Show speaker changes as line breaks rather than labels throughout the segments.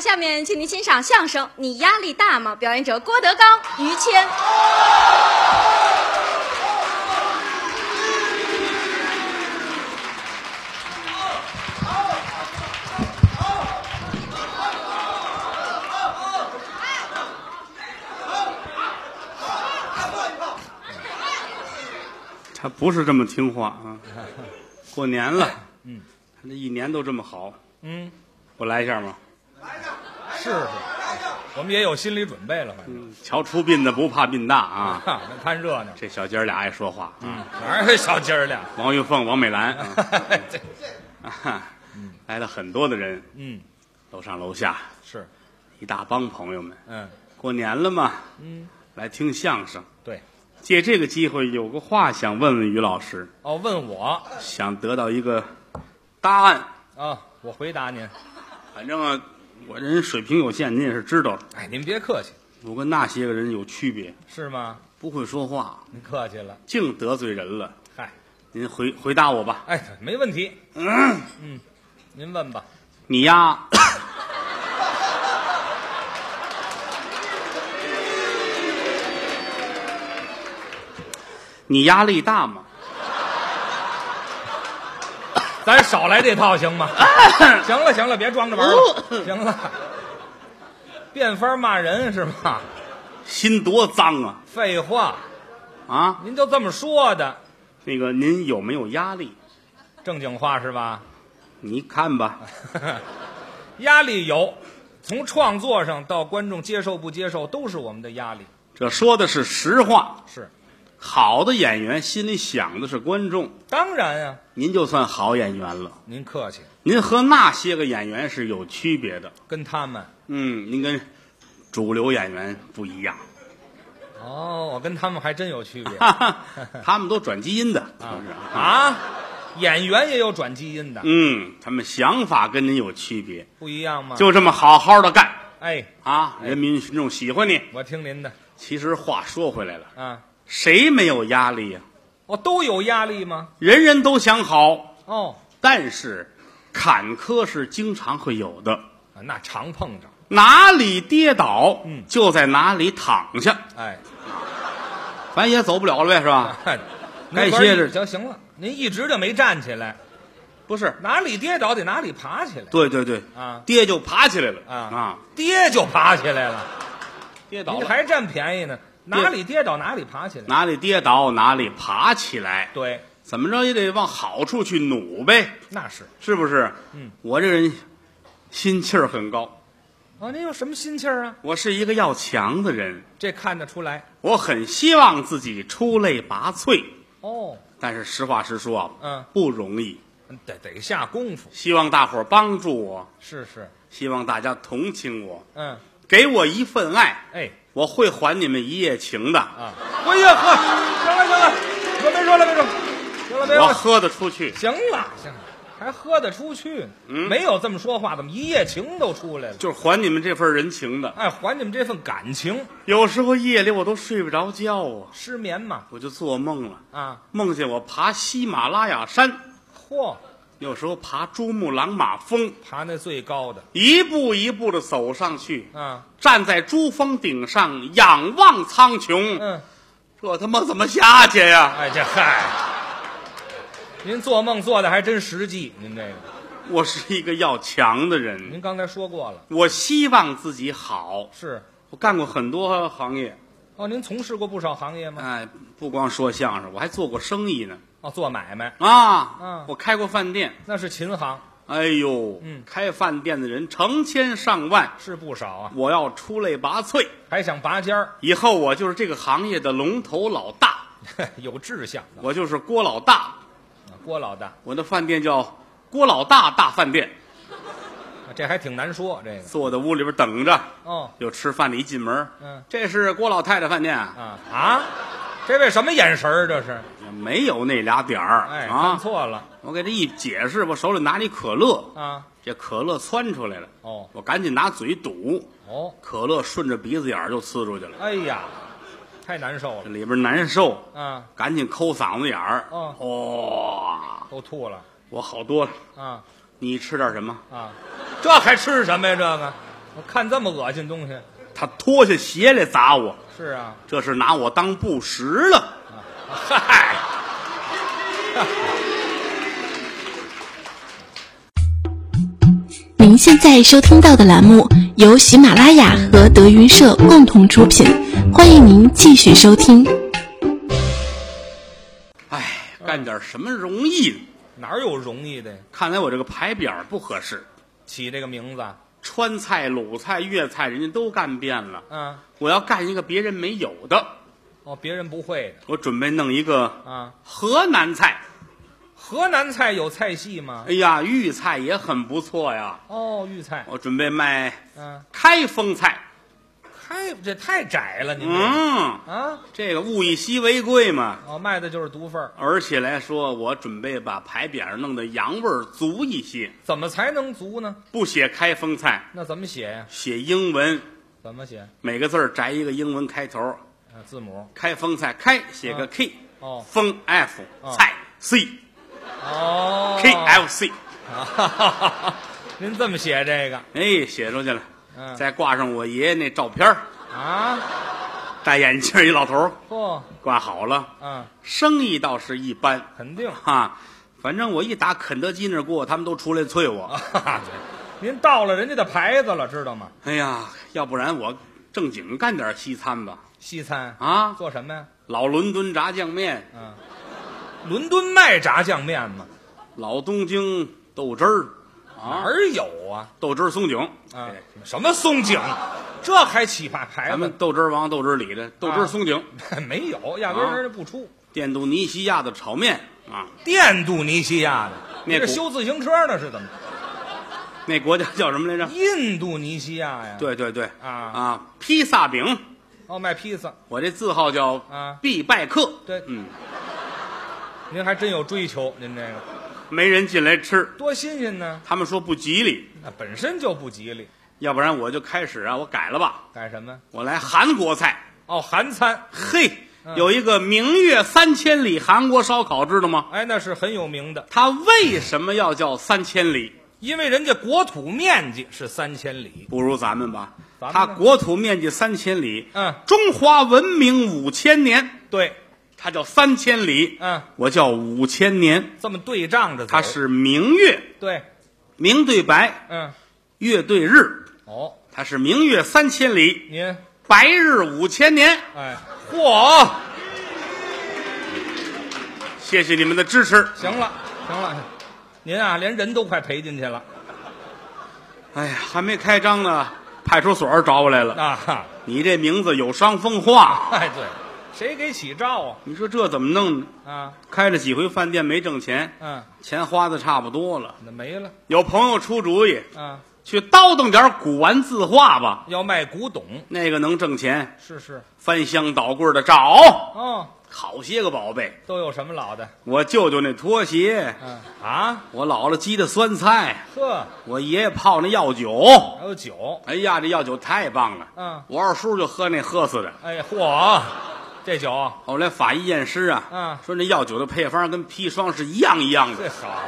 下面请您欣赏相声《你压力大吗》，表演者郭德纲、于谦。
他不是这么听话啊！过年了，嗯，他这一年都这么好，
嗯，
我来一下吗？
试试，我们也有心理准备了，反正
瞧出殡的不怕殡大啊！
哈，那看热闹，
这小姐儿俩爱说话啊，
嗯哪有小鸡儿俩？
王玉凤、王美兰啊
这
啊，来了很多的人，
嗯，
楼上楼下
是，
一大帮朋友们。
嗯，
过年了嘛，嗯，来听相声，
对。
借这个机会有个话想问问于老师，
哦，问我
想得到一个答案。
啊，我回答您。
反正啊，我这人水平有限，您也是知道的。
哎，您别客气，
我跟那些个人有区别，
是吗？
不会说话，
您客气了，
净得罪人了。
嗨，
您回回答我吧，
哎，没问题。嗯您问吧。
你呀， 你压力大吗？
咱少来这套 行吗？行了行了，别装着玩了。行了，变法骂人是吗？
心多脏啊
废话，
啊！
您就这么说的，
那个您有没有压力？
正经话是吧？
你看吧，
压力有，从创作上到观众接受不接受，都是我们的压力。
这说的是实话。
是，
好的演员心里想的是观众，
当然啊，
您就算好演员了。
您客气，
您和那些个演员是有区别的，
跟他们
嗯，您跟主流演员不一 样，
哦，我跟他们还真有区
啊
别
他们都转基因的，是不是？
啊。演员也有转基因的，
嗯，他们想法跟您有区别，
不一样吗？
就这么好好的干
啊哎，
啊！人民群众喜欢你。
我听您的
其实话说回来了，
啊，
谁没有压力呀、
我都有压力吗？
人人都想好，
哦，
但是坎坷是经常会有的。
啊那常碰着，
哪里跌倒，
嗯
就在哪里躺下，
哎，
咱也走不了了呗，是
啊
吧？
那边
歇着
行行了，您一直就没站起来，
不是，
哪里跌倒得哪里爬起来
对对对，
啊
跌就爬起来了
啊，跌就爬起来了。
跌倒
您
了，
还占便宜呢，哪里跌倒哪里爬起来。
哪里跌倒哪里爬起来，
对，
怎么着也得往好处去努呗，
那是。
是不是？
嗯，
我这人心气儿很高，
哦，您有什么心气儿啊？
我是一个要强的人，
这看得出来。
我很希望自己出类拔萃，
哦，
但是实话实说啊，
嗯，
不容易。
得得下功夫。
希望大伙儿帮助我，
是是，
希望大家同情我，
嗯，
给我一份爱，
哎
我会还你们一夜情的。
啊，哎呀呵，行了行了，说别说了别说了，行了别说
我
了，
喝得出去，
行了行了，还喝得出去呢？没有这么说话，怎么一夜情都出来了？
就是还你们这份人情的。
哎，还你们这份感情，
有时候夜里我都睡不着觉啊，
失眠嘛
我就做梦了，
啊，
梦见我爬喜马拉雅山，
嚯，
有时候爬珠穆朗玛峰，
爬那最高的
一步一步的走上去，
啊，
站在珠峰顶上仰望苍穹，
嗯，
这他妈怎么下去呀？
哎这嗨，您做梦做的还真实际，您这个，
我是一个要强的人，
您刚才说过了，
我希望自己好。
是
我干过很多行业，
哦，您从事过不少行业吗？
哎，不光说相声，我还做过生意呢。
哦，做买卖
啊，
嗯
我开过饭店，
那是琴行，
哎呦，
嗯
开饭店的人成千上万，
是不少啊，
我要出类拔萃，
还想拔尖儿，
以后我就是这个行业的龙头老大，
有志向的
我就是郭老大，
郭老大，
我的饭店叫郭老大大饭店，
这还挺难说这个
坐在屋里边等着，
哦，
有吃饭的一进门，
嗯
这是郭老太太饭店啊，
啊啊，这位什么眼神儿啊这是？
没有那俩点儿、
哎，看
啊，
错了
我给他一解释，我手里拿着一可乐，
啊，
这可乐窜出来了，
哦
我赶紧拿嘴堵，
哦，
可乐顺着鼻子眼儿就呲出去了，
哎呀，太难受
这
了
里边难受。
啊，
赶紧抠嗓子眼儿。
嗯
哦，
都吐了
我好多了。
啊
你吃点什么？
啊，这还吃什么呀？这个我看这么恶心东西，
他脱下鞋来砸我，
是啊，
这是拿我当布什了。
嗨。
您现在收听到的栏目由喜马拉雅和德云社共同出品，欢迎您继续收听。
哎，干点什么容易的？
哪有容易的呀？
看来我这个牌匾不合适，
起这个名字啊，
川菜、鲁菜、粤菜，人家都干遍了。
嗯，
我要干一个别人没有的，
哦，别人不会的
我准备弄一个
啊。
河南菜。
河南菜有菜系吗？
哎呀，豫菜也很不错呀。
哦，豫菜，
我准备卖
嗯、
开封菜。
开这太窄了，您这、
嗯，
啊，
这个物以稀为贵嘛。
哦，卖的就是毒贩儿，
而且来说，我准备把牌匾弄得洋味儿足一些，
怎么才能足呢？
不写开封菜，
那怎么写呀？
写英文，
怎么写？
每个字儿摘一个英文开头。
啊，字母
开封菜开写个
啊
K，
哦
封 F
啊
菜 C
哦
K F C，
啊，您这么写这个
哎，写出去了。
嗯
再挂上我爷爷那照片儿，
啊？
戴眼镜儿一老头儿，
不、
挂好了。
啊，
生意倒是一般
肯定
哈、反正我一打肯德基那儿过，他们都出来啐我。
啊，对，您到了人家的牌子了，知道吗？
哎呀，要不然我正经干点西餐吧？
西餐
啊，
做什么呀？
老伦敦炸酱面，
嗯，伦敦卖炸酱面吗？
老东京豆汁儿，
哪
啊，
儿有啊？
豆汁儿松井，
啊
哎，
什么松井？这还起把牌
咱们
子？
豆汁儿王、豆汁儿李
啊
的豆汁儿松井。
没
哦
有，压根儿人家不出。
电镀尼西亚的炒面啊，
电镀尼西亚的，
那
你这
股
修自行车呢是怎么着？
那国家叫什么来着？
印度尼西亚呀？，
对对对，
啊
啊，披萨饼，
哦，卖披萨，
我这字号叫
啊
必拜客。
对
嗯，
您还真有追求，您这个
没人进来吃，
多新鲜呢！
他们说不吉利，
那本身就不吉利，
要不然我就开始啊，我改了吧，
改什么？
我来韩国菜。
哦，韩餐，
嘿，
嗯
有一个明月三千里韩国烧烤，知道吗？
哎，那是很有名的，
它为什么要叫三千里？
因为人家国土面积是三千里，
不如咱们吧，
咱们
它
呢
国土面积三千里，
嗯
中华文明五千年，
对，
它叫三千里，
嗯，
我叫五千年，
这么对仗着走，
它是明月，
对，
明对白，
嗯，
月对日，
哦，
它是明月三千里，
您，
白日五千年。
哎，嚯，
谢谢你们的支持。
行了，行了，您啊，连人都快赔进去了
哎呀，还没开张呢，派出所找我来了。
啊！ 哈
你这名字有伤风化，
哎，对，谁给起照啊？
你说这怎么弄？
啊，
开了几回饭店没挣钱，
嗯，
钱花的差不多了。
那没了
有朋友出主意，
啊，
去叨叨点古玩字画吧，
要卖古董，
那个能挣钱。
是是，
翻箱倒柜的找，
哦，
好些个宝贝。
都有什么老的？
我舅舅那拖鞋，
嗯啊，
我姥姥鸡的酸菜，
呵，
我爷爷泡那药酒。
还有酒，
哎呀，这药酒太棒了！
嗯
我二叔就喝那喝死的。
哎，嚯，这酒
后来法医验尸啊，
嗯
说那药酒的配方跟砒霜是一样一样的，
这好，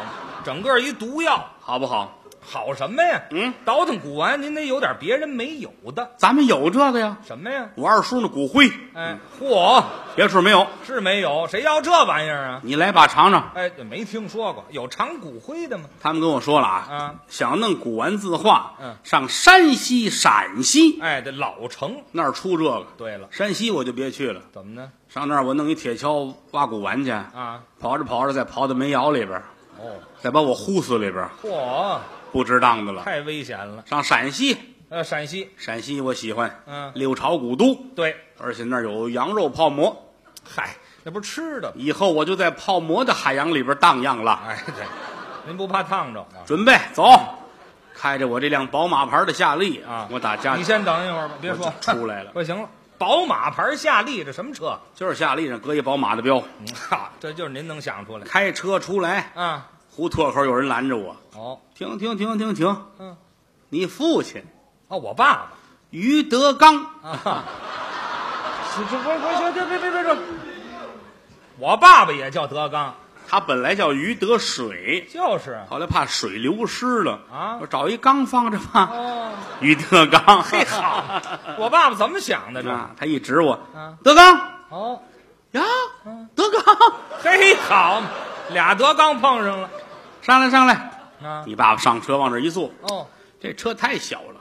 整个一毒药，
好不好？
好什么呀？
嗯，
倒腾古玩，您得有点别人没有的，
咱们有这个呀。
什么呀？
我二叔那骨灰，
哎，嚯，
别处没有，
是没有，谁要这玩意儿啊？
你来把尝尝。
哎，没听说过有藏骨灰的吗？
他们跟我说了啊
嗯，
想弄古玩字画，
嗯
上山西、陕西
哎，这老城。
那儿出这个。
对了，
山西我就别去了，
怎么呢？
上那儿我弄一铁锹挖古玩去，
啊，
刨着刨着再刨到煤窑里边儿，
哦，
再把我呼死里边儿，
嚯，
不值当的了。
太危险了。
上陕西，
呃，陕西，
陕西我喜欢，
嗯
六朝古都，
对，
而且那儿有羊肉泡馍，
嗨，那不是吃的吗？
以后我就在泡馍的海洋里边荡漾了。
哎，对，您不怕烫着啊？
准备走，开着我这辆宝马牌的夏利
啊
我打家
你先等一会儿吧，别
我
说
就出来了
不行了，宝马牌夏利这什么车？
就是夏利上搁一宝马的标，
嗯哈，这就是您能想出来
开车出来，
啊？
胡同口有人拦着我，
哦，
停停停停停，
嗯，
你父亲
哦，我爸爸
于德刚，
啊，这这我我行，别别别别说，我爸爸也叫德刚，
他本来叫于得水，
就是啊
后来怕水流失了
啊
我找一缸放着吧。
哦，
于德刚， 嘿
好， 我爸爸怎么想的这？
啊，他一指我
啊，
德刚
哦，
呀，
嗯
德刚，
嘿，好嘛，俩德刚碰上了
上来上来。
啊。
你爸爸上车往这一坐，
哦，
这车太小了，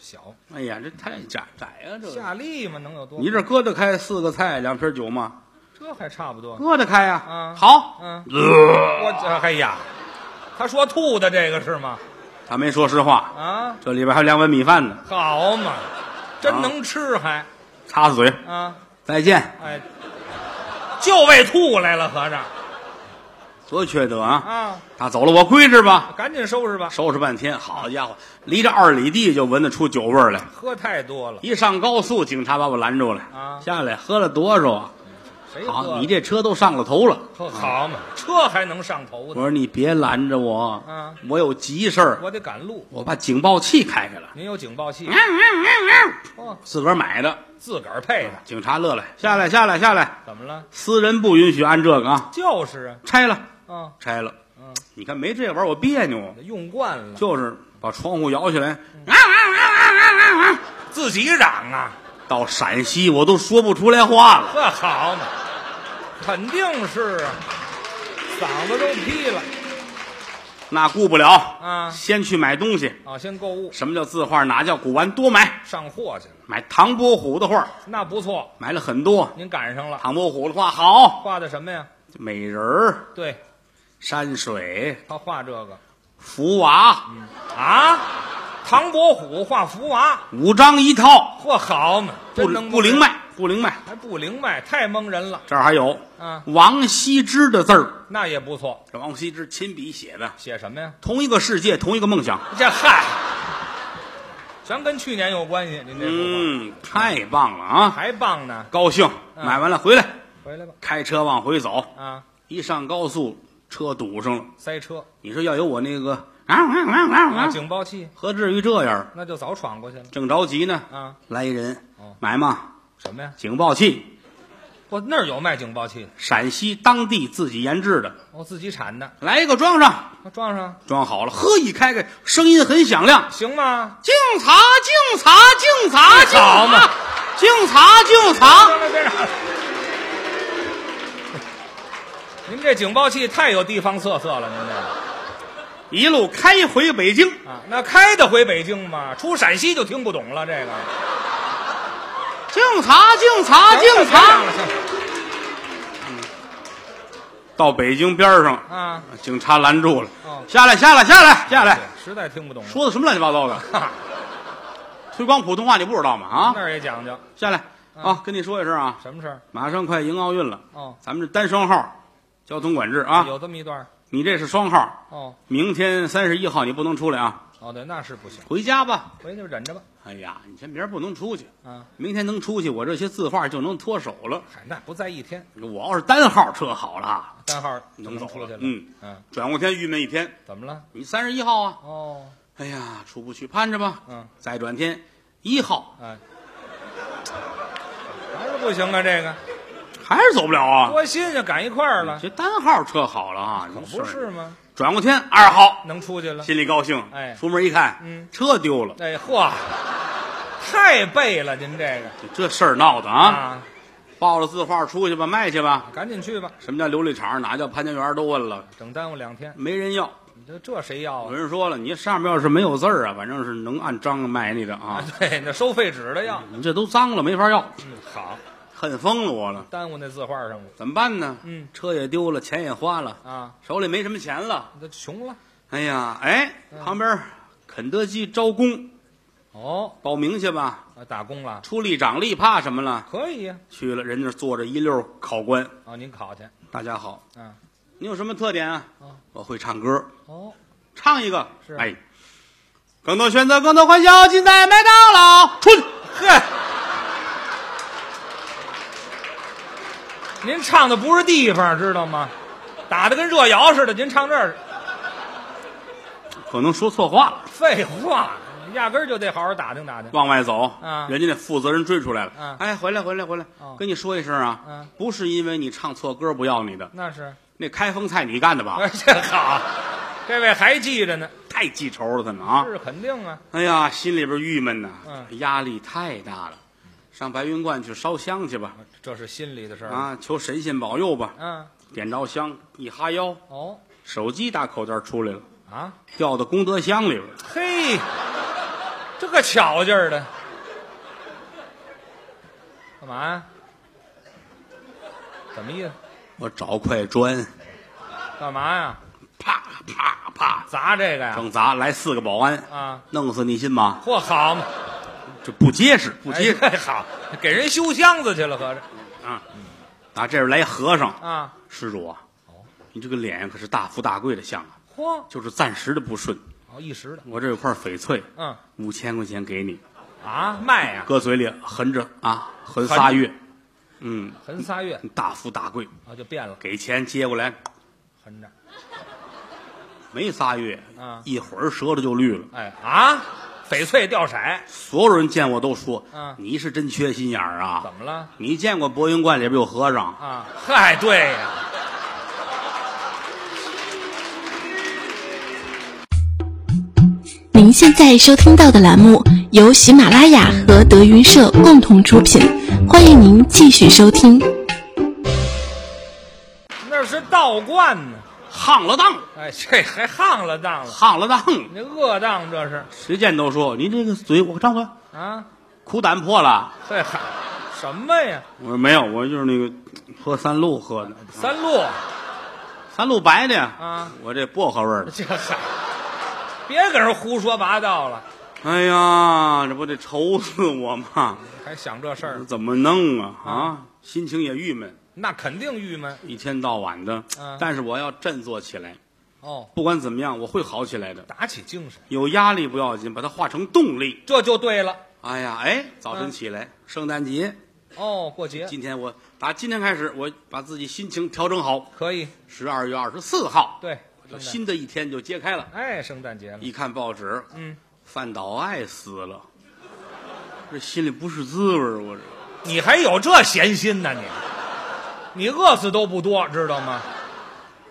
小
哎呀，这太窄窄啊，这个。
夏利嘛，能有多？
你这搁得开四个菜两瓶酒吗？
这还差不多。
搁得开呀、
啊
好，
嗯
呃
我这哎呀，他说吐的这个是吗？
他没说实话，
啊，
这里边还有两碗米饭呢，
好嘛，真能吃还
擦擦嘴，
啊！
再见，
哎，就为吐来了，合着
多缺德啊！
啊，
他走了，我归置吧。
赶紧收拾吧，
收拾半天，好家伙，离这二里地就闻得出酒味儿来。
喝太多了，
一上高速，警察把我拦住了，
啊
下来喝了多少啊？
谁喝
好，
了？
你这车都上了头了。
呵好嘛，这还能上头
我
呢？
说你别拦着我，
啊
我有急事儿，
我得赶路，
我把警报器开开了，
您有警报器，哦，
自个儿买的。
自个儿配的，
警察乐了，下来，下来，下来，
怎么了？
私人不允许按这个啊，
就是啊，
拆了。
啊，
拆了。
嗯，
你看没这玩意儿我别扭，
用惯了，
就是把窗户摇起来。
嗯
啊
自己嚷啊，
到陕西我都说不出来话了，
这好嘛，肯定是啊，嗓子都劈了
那顾不了
啊
先去买东西。
啊！先购物
什么叫字画？哪叫古玩？多买，
上货去了，
买唐伯虎的画，
那不错，
买了很多。
您赶上了，
唐伯虎的画好，
画的什么呀？
美人儿、
对
山水、
他画这个
福娃，
啊，唐伯虎画福娃，
五张一套，
嚯，好嘛，
不
真能
不灵，卖，不灵卖。
还不灵卖，太蒙人了，
这儿还有
啊
王羲之的字儿，
那也不错。
这王羲之亲笔写的，
写什么呀？
同一个世界，同一个梦想。
这嗨，全跟去年有关系。您这幅
嗯，太棒了
画
啊！
还棒呢，
高兴，
嗯
买完了回来，
回来吧
开车往回走，
啊，
一上高速，车堵上了。
塞车
你说要有我那个啊啊啊
啊，
啊啊，
警报器
何至于这样？
那就早闯过去了
正着急呢，
啊。
来一人
哦，
买嘛，
什么呀？
警报器，
我那儿有卖警报器的，
陕西当地自己研制的，
我自己产的，
来一个装上，
我装上
装好了，呵，一开开，声音很响亮，
行吗？
警察，警察，警察，警
好嘛
察，警察，警察，
别嚷别嚷了。 您这警报器太有地方特色了，您这个
一路开回北京。
啊，那开得回北京吗？出陕西就听不懂了，这个。
警察，警察，警察。到北京边儿上，
啊，
警察拦住了
哦，
下来，下来，下来，下
对
来，，
实在听不懂了。
说的什么乱七八糟的？
哈，
推广普通话你不知道吗？
那
啊，
儿也讲究
下来啊，跟你说一声啊，
什么事儿？
马上快迎奥运了，
哦，
咱们这单双号，交通管制啊，
有这么一段儿。
你这是双号，
哦，
明天三十一号你不能出来啊，
哦，对，那是不行，
回家吧。
回去忍着吧。
哎呀，你先明儿不能出去，
啊，
明天能出去，我这些字画就能脱手了。
嗨，那不在一天，
我要是单号车好了，
单号
能走
出
了
去了。
嗯
嗯，
转过天郁闷一天，
怎么了？
你三十一号啊，
哦，
哎呀，出不去，盼着吧。
嗯，
再转天一号
哎，还是不行啊，这个
还是走不了啊。
多新鲜，赶一块儿了，
这单号车好了啊，可
不是？吗？
转过天二号，
能出去了。
心里高兴。
哎
出门一看，
嗯
车丢了，
哎，嚯，太背了，您这个
这这事儿闹的啊！
啊，
抱着字画出去吧，卖去吧。
赶紧去吧，
什么叫琉璃厂？哪叫潘家园？都问了，
整耽误两天。
没人要。
你这这谁要
有
啊？
人说了，你上面要是没有字儿啊，反正是能按章卖你的
啊
啊。
对，那收废纸的要。
你这都脏了，没法要，
嗯，好，
恨疯了我了。
耽误那字画上了
怎么办呢？
嗯，
车也丢了，钱也花了，
啊，
手里没什么钱了。
那穷了。
哎呀，哎，旁边儿肯德基招工，
哦，
报名去吧。
啊打工了，
出力长力，怕什么了？
可以呀。
去了，人家坐着一溜儿考官。
啊，您考去。
大家好，
啊，
你有什么特点啊？
啊
我会唱歌，
哦，
唱一个。
是啊
哎，更多选择，更多欢笑，尽在麦当劳。出去，
呵，您唱的不是地方，知道吗？打的跟热窑似的，您唱这儿，
可能说错话了，
废话，压根儿就得好好打听打听。
往外走。
啊
人家那负责人追出来了。
啊
哎，回来，回来，回来
哦，
跟你说一声啊
嗯，
不是因为你唱错歌不要你的，
那是，
那那开封菜你干的吧？
哎， 这好，这位还记着呢，
太记仇了，他们啊！
是肯定啊。
哎呀，心里边郁闷呐，
嗯
压力太大了。上白云观去烧香去吧，
这是心里的事儿。
啊，求神仙保佑吧。
嗯，
点着香，一哈腰，
哦，
手机打口袋出来了，
啊，
掉到功德箱里边了。
嘿，这个巧劲儿的，干嘛呀？怎么意思？
我找块砖，
干嘛呀？
啪啪啪，
砸这个呀？
正砸来四个保安，
啊，
弄死你信吗？
嚯，好嘛，
这不结实，不结实、
哎 这好，给人修箱子去了，合着
啊！打这边来和尚，
啊，
施主啊，
哦
你这个脸可是大富大贵的相啊，
嚯，
就是暂时的不顺。
哦，一时的，
我这有块翡翠，
嗯，
五千块钱给你，
啊，卖呀，
搁嘴里含着啊，含仨月，嗯，
横仨月
你大富大贵，
啊，就变了，
给钱接过来
横着，
没仨月，
啊
一会儿舌头就绿了。
哎啊，翡翠掉色，
所有人见我都说，
嗯
你是真缺心眼儿啊！
怎么了？
你见过博云观里边有和尚？
啊，嗨，对呀，
您现在收听到的栏目由喜马拉雅和德云社共同出品，欢迎您继续收听。
那是道观呢。
夯了当，
哎，这还夯了当了，
夯了当，
你这恶当这是
谁见都说你这个嘴，我张嘴
啊？
苦胆破了。
这还什么呀？
我说没有，我就是那个喝三鹿喝的，
三鹿，
三鹿白的呀
啊，
我这薄荷味儿的。
这还别跟人胡说八道了，
哎呀，这不得愁死我吗？
还想这事儿，
怎么弄啊？啊，心情也郁闷，
那肯定郁闷
一天到晚的。
嗯
但是我要振作起来，
哦。
不管怎么样，我会好起来的。
打起精神，
有压力不要紧，把它化成动力。
这就对了
哎呀，哎，早晨
嗯
起来，圣诞节，
哦。过节
今天我打今天开始，我把自己心情调整好。
可以，
十二月二十四号，
对，
这
圣
新的一天就揭开了。
诞哎，圣诞节了，
一看报纸，
嗯，
范岛爱死了，这心里不是滋味儿。我这
你还有这闲心呢你？你饿死都不多，知道吗？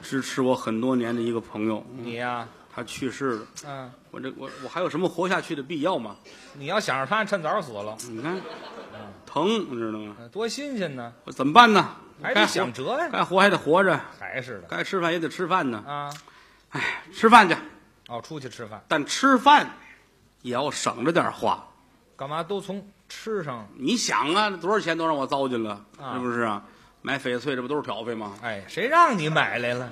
支持我很多年的一个朋友，嗯
你呀、
他去世了，
嗯，
我这我我还有什么活下去的必要吗？
你要想着他趁早死了，
你看，疼，你知道吗？
嗯多新鲜 呢，
我怎么办呢？
还
该
得
活
想辙呀、
该活还得活着，
还是的
该吃饭也得吃饭呢。
啊。
吃饭去，
哦，出去吃饭，
但吃饭也要省着点花。
干嘛都从吃上？
你想啊，多少钱都让我糟践了，
啊
是不是啊？买翡翠这不都是挑费吗？
哎，谁让你买来了？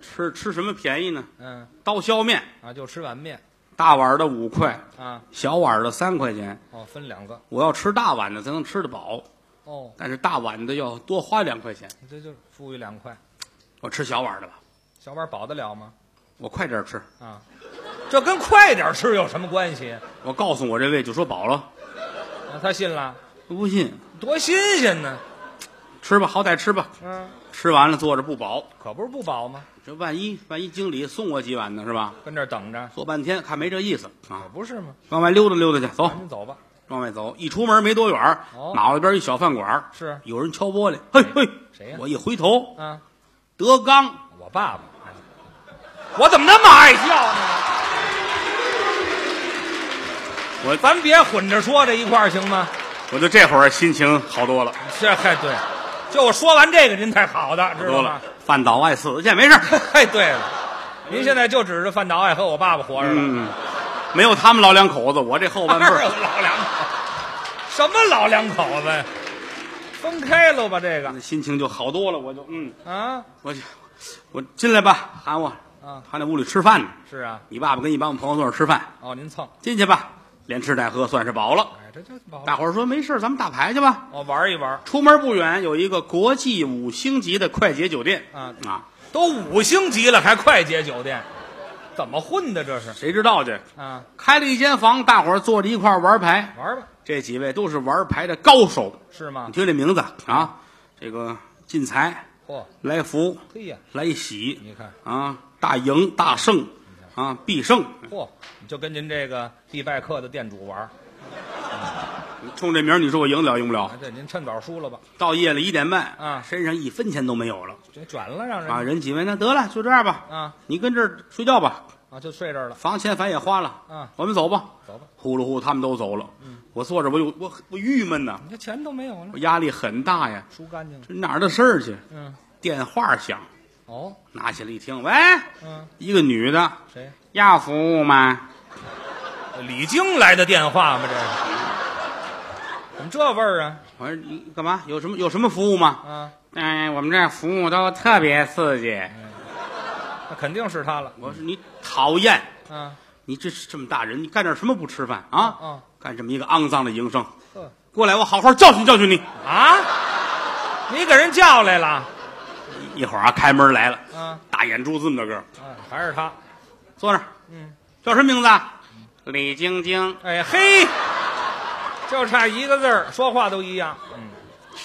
吃吃什么便宜呢？
嗯，
刀削面，
啊，就吃碗面
大碗的五块，
啊。
小碗的三块钱。
哦，分两个。
我要吃大碗的才能吃得饱，
哦，
但是大碗的要多花两块钱。
这就富裕两块，
我吃小碗的吧，
小碗饱得了吗？
我快点吃。
啊，这跟快点吃有什么关系？
我告诉我这位就说饱了，
啊、他信了，
我不信，
多新鲜呢。
吃吧，好歹吃吧。
嗯、
吃完了坐着不饱，
可不是不饱吗？
这万一万一经理送我几碗呢，是吧？
跟这儿等着，
坐半天看没这意思啊
可，不是吗？
往外溜达溜达去，走
赶，紧走吧。
往外走。一出门没多远，
哦
脑袋边一小饭馆儿，
是
有人敲玻璃，嘿嘿，
谁呀
我一回头，
啊，
德刚，
我爸爸。哎我怎么那么爱笑呢？
我
咱别混着说这一块儿行吗？
我就这会儿心情好多了，
这还对，就我说完这个您才好的，
好
知
多
道吗
了？。饭岛爱死去，没事儿，
太对了，您现在就指着范导爱和我爸爸活着了。
嗯，没有他们老两口子，我这后半辈 儿
老两口，什么老两口子呀？分开喽吧，这个
心情就好多了，我就嗯，
啊
我就我进来吧，喊我，
啊，
他那屋里吃饭呢，
是啊，
你爸爸跟一帮朋友坐着吃饭，
哦，您蹭，
进去吧，连吃带喝算是饱了。
哎，这就不
大
好，
伙儿说没事儿，咱们打牌去吧。
我玩一玩，
出门不远有一个国际五星级的快捷酒店
啊
啊，
都五星级了还快捷酒店，怎么混的这是？
谁知道去？
啊，
开了一间房，大伙儿坐着一块儿玩牌。
玩吧，
这几位都是玩牌的高手，
是
你
吗？
听这名字啊，这个进财、
嚯、
来福、
嘿呀，
来喜
你看，
啊，大赢、大胜啊，必胜。
嚯、你就跟您这个必拜客的店主玩，
冲这名儿，你说我赢得了赢不了
啊？这您趁早输了吧，
到夜里一点半
啊
身上一分钱都没有了
这卷了让人
啊！人几位那得了，就这样吧
啊
你跟这儿睡觉吧，
啊就睡这儿了，
房钱咱也花了
啊
我们走吧。
走吧，
呼噜呼，他们都走了，我坐着我有我我郁闷呐，
你这钱都没有了
我，压力很大呀，
输干净了，
这哪儿的事儿去？
嗯，
电话响，
哦，
拿起来一听，喂，
嗯，
一个女的，
谁？
要服务吗？
李菁来的电话吗？这是怎么这味儿啊？
我说你干嘛？有什么有什么服务吗？
啊，
哎，我们这儿服务都特别刺激。
那肯定是他了，
我说你讨厌，
啊，
你这是这么大人，你干点什么不吃饭啊？
嗯
干这么一个肮脏的营生，
呵
过来，我好好教训教训你。
啊，你给人叫来了，
一会儿啊，开门来了，
啊
大眼珠子这么大个儿，
啊，还是他，
坐那儿，
嗯，
叫什么名字啊？李晶晶，
哎嘿，就差一个字儿，说话都一样，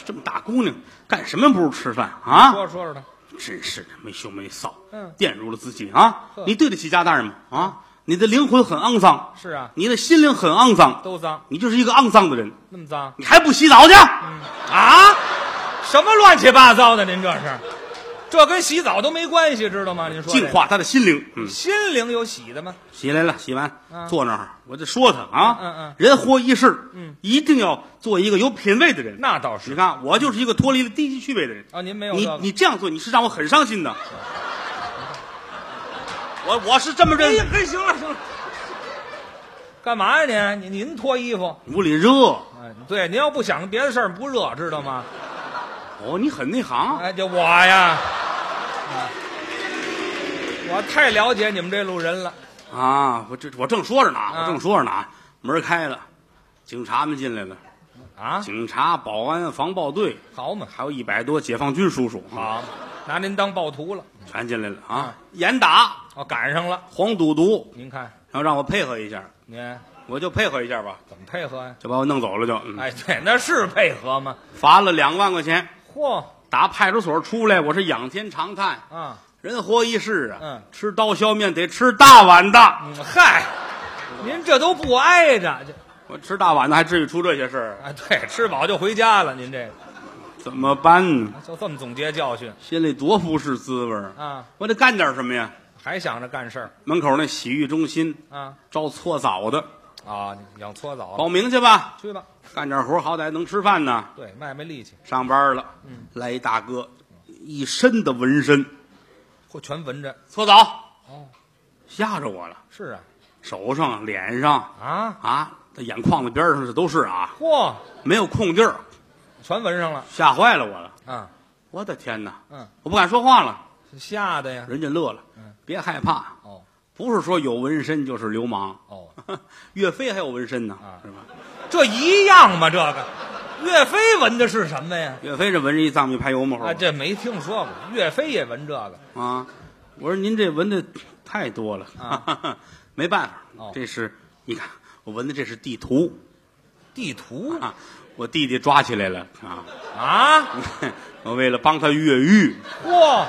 这么大姑娘，干什么不如吃饭啊？
说说说他，
真是的，没羞没臊，
嗯
玷辱了自己啊
呵！
你对得起家大人吗？啊，你的灵魂很肮脏，
是啊，
你的心灵很肮脏，
都脏，
你就是一个肮脏的人，
那么脏
你还不洗澡去？
啊，什么乱七八糟的？您这是，这跟洗澡都没关系，知道吗？您说这
净化他的心灵。嗯，
心灵有洗的吗？
洗来了，洗完
嗯
坐那儿，我就说他啊，
嗯嗯
人活一世，
嗯，
一定要做一个有品位的人。
那倒
你
是
看，我就是一个脱离了低级趣味的人。
啊，您没有
你
这个
你这样做，你是让我很伤心的。我我是这么
哎呀
认，，
嘿，行了行了，干嘛呀您？您您脱衣服？
屋里热
哎，对，您要不想别的事儿不热，知道吗？
哦，你很内行。
哎，就我呀，啊我太了解你们这路人了。
啊，我这我正说着呢，
啊
我正说着呢，门开了，警察们进来了，
啊，
警察、保安、防暴队，
好嘛，
还有一百多解放军叔叔啊，
好，拿您当暴徒了。
全进来了啊
啊，
严打、
哦，赶上了，
黄赌毒，
您看
然后让我配合一下，
您
我就配合一下吧，
怎么配合呀、
就把我弄走了就，嗯
哎，对，那是配合吗？
罚了两万块钱。
嚯
打派出所出来，我是仰天长叹，
啊，
人活一世啊，
嗯
吃刀削面得吃大碗的，
嗯，嗨，您这都不挨着，这
我吃大碗的还至于出这些事儿？
啊，对，吃饱就回家了。您这个
怎么办呢？
啊就这么总结教训
心里多不是滋味儿！
啊，
我得干点什么呀？
还想着干事儿
门口那洗浴中心
啊
招搓澡的，
啊，养搓澡了
报名去吧，
去吧。
干点活儿好歹能吃饭呢。
对，卖卖力气，
上班了，
嗯
来一大哥，一身的纹身，
或全闻着。
搓澡
哦，
吓着我了，
是啊，
手上、脸上
啊，
啊，这眼眶子边上这都是啊，
嚯，
没有空地儿，
全闻上了
吓坏了我了。
啊，
我的天哪！
嗯，
我不敢说话了。
吓的呀，
人家乐了，别害怕，
哦
不是说有纹身就是流氓。
哦，
岳飞还有纹身呢，
啊
是吧？
这一样吗？这个，岳飞闻的是什么呀？
岳飞这纹着一藏米排油沫
啊，这没听说过，岳飞也闻这个，
啊！我说您这纹的太多了，
啊
没办法，
哦
这是你看我纹的这是地图
地图
啊，我弟弟抓起来了啊，
啊，
我为了帮他越狱，
嚯，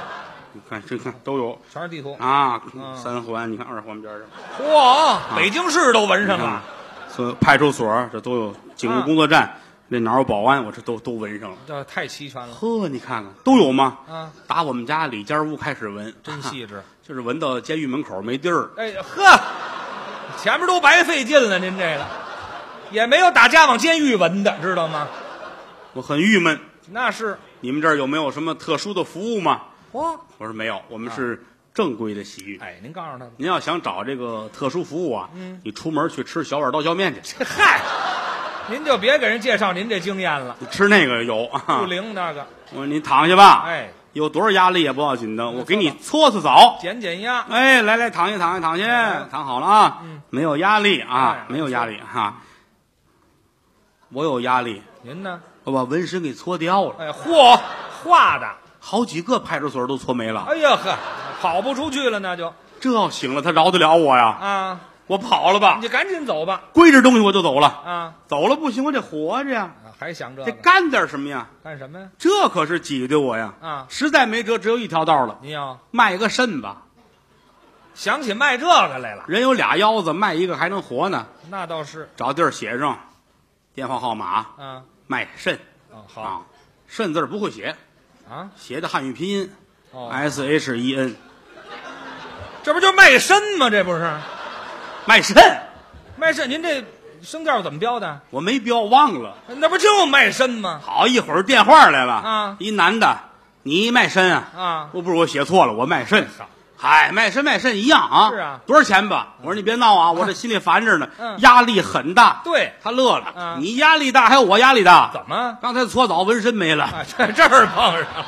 你看这看都有
全是地图，
啊，
嗯
三环你看二环边上
嚯，北京市都闻上
你看
了，
所以派出所这都有警务
啊
工作站，那哪儿有保安，我这都都纹上了。
这太齐全了
呵，你看看都有吗？
啊，
打我们家李家屋开始闻，
真细 致。
就是闻到监狱门口没地儿，
哎呵，前面都白费劲了，您这个也没有打架往监狱闻的，知道吗？
我很郁闷。
那是，
你们这儿有没有什么特殊的服务吗？
嚯，
我说没有，我们
啊
是正规的洗浴。
哎，您告诉他吧。
您要想找这个特殊服务啊，
嗯
你出门去吃小碗刀削面去，
嗨，您就别给人介绍您这经验了，
你吃那个有
不
啊。
灵那个，
我说您躺下吧，
哎，嗯
有多少压力也不要紧的，我给你
坐
搓
吧
搓澡。
减减压。
哎，来来，躺下躺下躺下，躺好了啊，没有压力啊
嗯哎，
没有压力哈、我有压力，
您呢？
我把纹身给搓掉了。
哎，嚯，画的，
好几个派出所都搓没了，
哎呀呵，跑不出去了，那就
这要醒了，他饶得了我呀？
啊，
我跑了吧
你，就赶紧走吧，
归置东西我就走了，
啊，
走了不行，我得活着呀，
啊还想这
得
个
干点什么呀？
干什么呀？
这可是挤兑我呀！
啊
实在没辙，只有一条道了，
您要
卖个肾吧。
想起卖这个来了，
人有俩腰子，卖一个还能活呢。
那倒是
找地儿写上，电话号码
啊
卖肾
哦好
啊，肾字儿不会写，
啊，
写的汉语拼音
哦
S H E N，
这不就卖身吗？这不是
卖肾，
卖身？您这声调怎么标的？
我没标忘了。
那不就卖身吗？
好，一会儿电话来了
啊
一男的，你卖肾啊？
啊
我不是我写错了，我卖肾
好。
嗨，卖肾卖肾一样啊。
啊是啊
多少钱吧？我说你别闹啊，我这心里烦着呢，
嗯
压力很大。
对
他乐了，
嗯
你压力大，还有我压力大？
怎么哎
刚才搓澡纹身没了，
啊？这这儿碰上了